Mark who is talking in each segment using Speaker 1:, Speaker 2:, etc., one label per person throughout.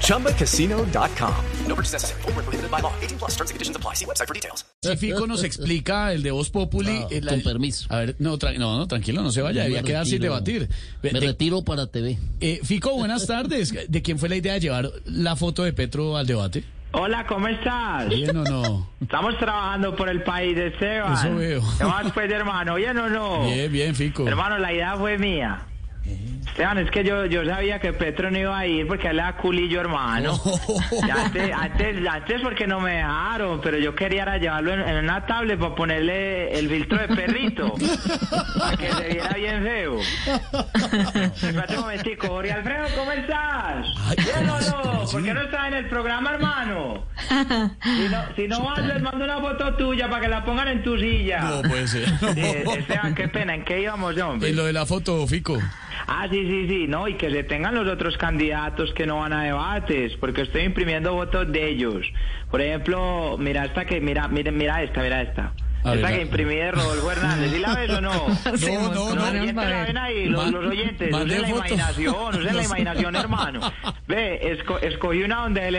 Speaker 1: ChumbaCasino.com. No purchase necessary. Void where prohibited by law. 18 plus terms and conditions apply. See website for details.
Speaker 2: Si Fico nos explica el de Voz Populi.
Speaker 3: Ah,
Speaker 2: el-
Speaker 3: con
Speaker 2: el-
Speaker 3: permiso.
Speaker 2: A ver, no, tra- no, no, tranquilo, no se vaya. Había
Speaker 3: Me
Speaker 2: que darse y
Speaker 3: retiro.
Speaker 2: debatir. Ve-
Speaker 3: Me
Speaker 2: te-
Speaker 3: retiro para TV.
Speaker 2: eh, Fico, buenas tardes. ¿De quién fue la idea de llevar la foto de Petro al debate?
Speaker 4: Hola, ¿cómo estás?
Speaker 2: Bien o no.
Speaker 4: Estamos trabajando por el país, Esteban.
Speaker 2: Eso veo.
Speaker 4: ¿Qué más, pues, hermano? ¿Bien o no?
Speaker 2: Bien, bien, Fico.
Speaker 4: Oh. Hermano, la idea fue mía. Esteban, es que yo, yo sabía que Petro no iba a ir porque él era culillo, hermano. Y Antes, antes, antes porque no me dejaron, pero yo quería era llevarlo en, en una tablet para ponerle el filtro de perrito. para que se viera bien feo. Espérate un momentico. Jorge Alfredo, ¿cómo estás? ¿Bien o no? ¿Por qué no estás en el programa, hermano? Si no, si no vas, les mando una foto tuya para que la pongan en tu silla.
Speaker 2: No puede ser.
Speaker 4: Sí, Esteban, ah, qué pena, ¿en qué íbamos, hombre?
Speaker 2: Y lo de la foto, Fico.
Speaker 4: Ah, sí, sí, sí, no, y que se tengan los otros candidatos que no van a debates, porque estoy imprimiendo votos de ellos. Por ejemplo, mira esta que, mira, mira, mira esta, mira esta.
Speaker 2: A ver,
Speaker 4: esta
Speaker 2: la-
Speaker 4: que imprimí de Rodolfo Hernández, ¿sí la ves o no?
Speaker 2: No, no,
Speaker 4: Los
Speaker 2: no.
Speaker 4: oyentes la ven ahí, los,
Speaker 2: Ma-
Speaker 4: los oyentes,
Speaker 2: mandé
Speaker 4: usen la
Speaker 2: foto.
Speaker 4: imaginación, usen la imaginación, hermano. Ve, esco- escogí una donde él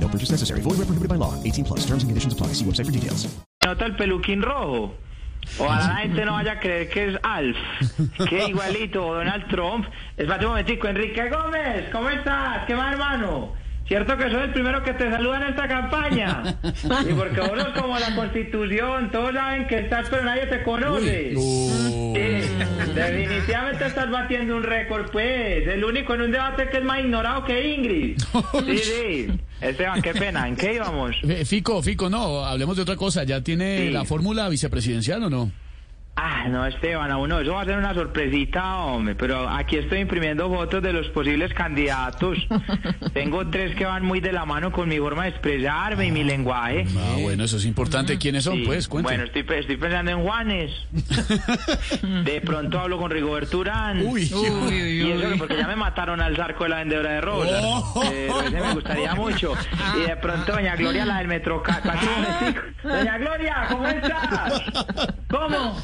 Speaker 5: No purchase necessary. Void where prohibited by law. 18 plus. Terms and conditions apply. See website for details.
Speaker 4: nota el peluquín rojo. Ojalá la gente no vaya a creer que es Alf, que igualito Donald Trump. Espérate un momentico, Enrique Gómez, ¿cómo estás? ¿Qué más, hermano? Cierto que soy el primero que te saluda en esta campaña. Y porque vos sos como la constitución, todos saben que estás, pero nadie te conoce. Sí, definitivamente estás batiendo un récord, pues. El único en un debate que es más ignorado que Ingrid. Sí, sí. Esteban, qué pena, ¿en qué íbamos?
Speaker 2: Ve, Eh, Fico, Fico, no, hablemos de otra cosa. ¿Ya tiene
Speaker 4: Sí.
Speaker 2: la fórmula vicepresidencial o no?
Speaker 4: Ah, no, Esteban, a uno, eso va a ser una sorpresita, hombre. Pero aquí estoy imprimiendo votos de los posibles candidatos. Tengo tres que van muy de la mano con mi forma de expresarme y mi lenguaje.
Speaker 2: Ah, bueno, eso es importante. ¿Quiénes son?
Speaker 4: Sí.
Speaker 2: Pues,
Speaker 4: bueno,
Speaker 2: cuéntame.
Speaker 4: estoy, pe- estoy pensando en Juanes. De pronto hablo con Rigoberto Urán.
Speaker 2: Uy,
Speaker 4: Y eso que porque ya me mataron al zarco de la vendedora de ropa.
Speaker 2: Oh.
Speaker 4: ese me gustaría mucho. Y de pronto Doña Gloria, la del metro... Ca- Pásame un momentico. Doña Gloria, ¿cómo estás? ¿Cómo?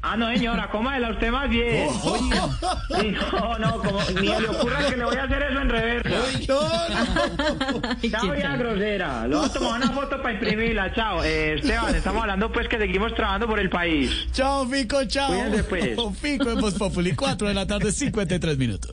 Speaker 4: Ah, no, señora, cómala usted más bien.
Speaker 2: Oh.
Speaker 4: Sí, no, no, como, ni le ocurra que le voy a hacer eso en reversa. Chao, ya grosera. Luego voy a tomar una foto para imprimirla. Chao. Eh, Esteban, estamos hablando pues que seguimos trabajando por el país.
Speaker 2: Chao, Fico, chao.
Speaker 4: Cuídense, pues.
Speaker 2: Fico en Voz Populi, 4 de la tarde, 53 minutos.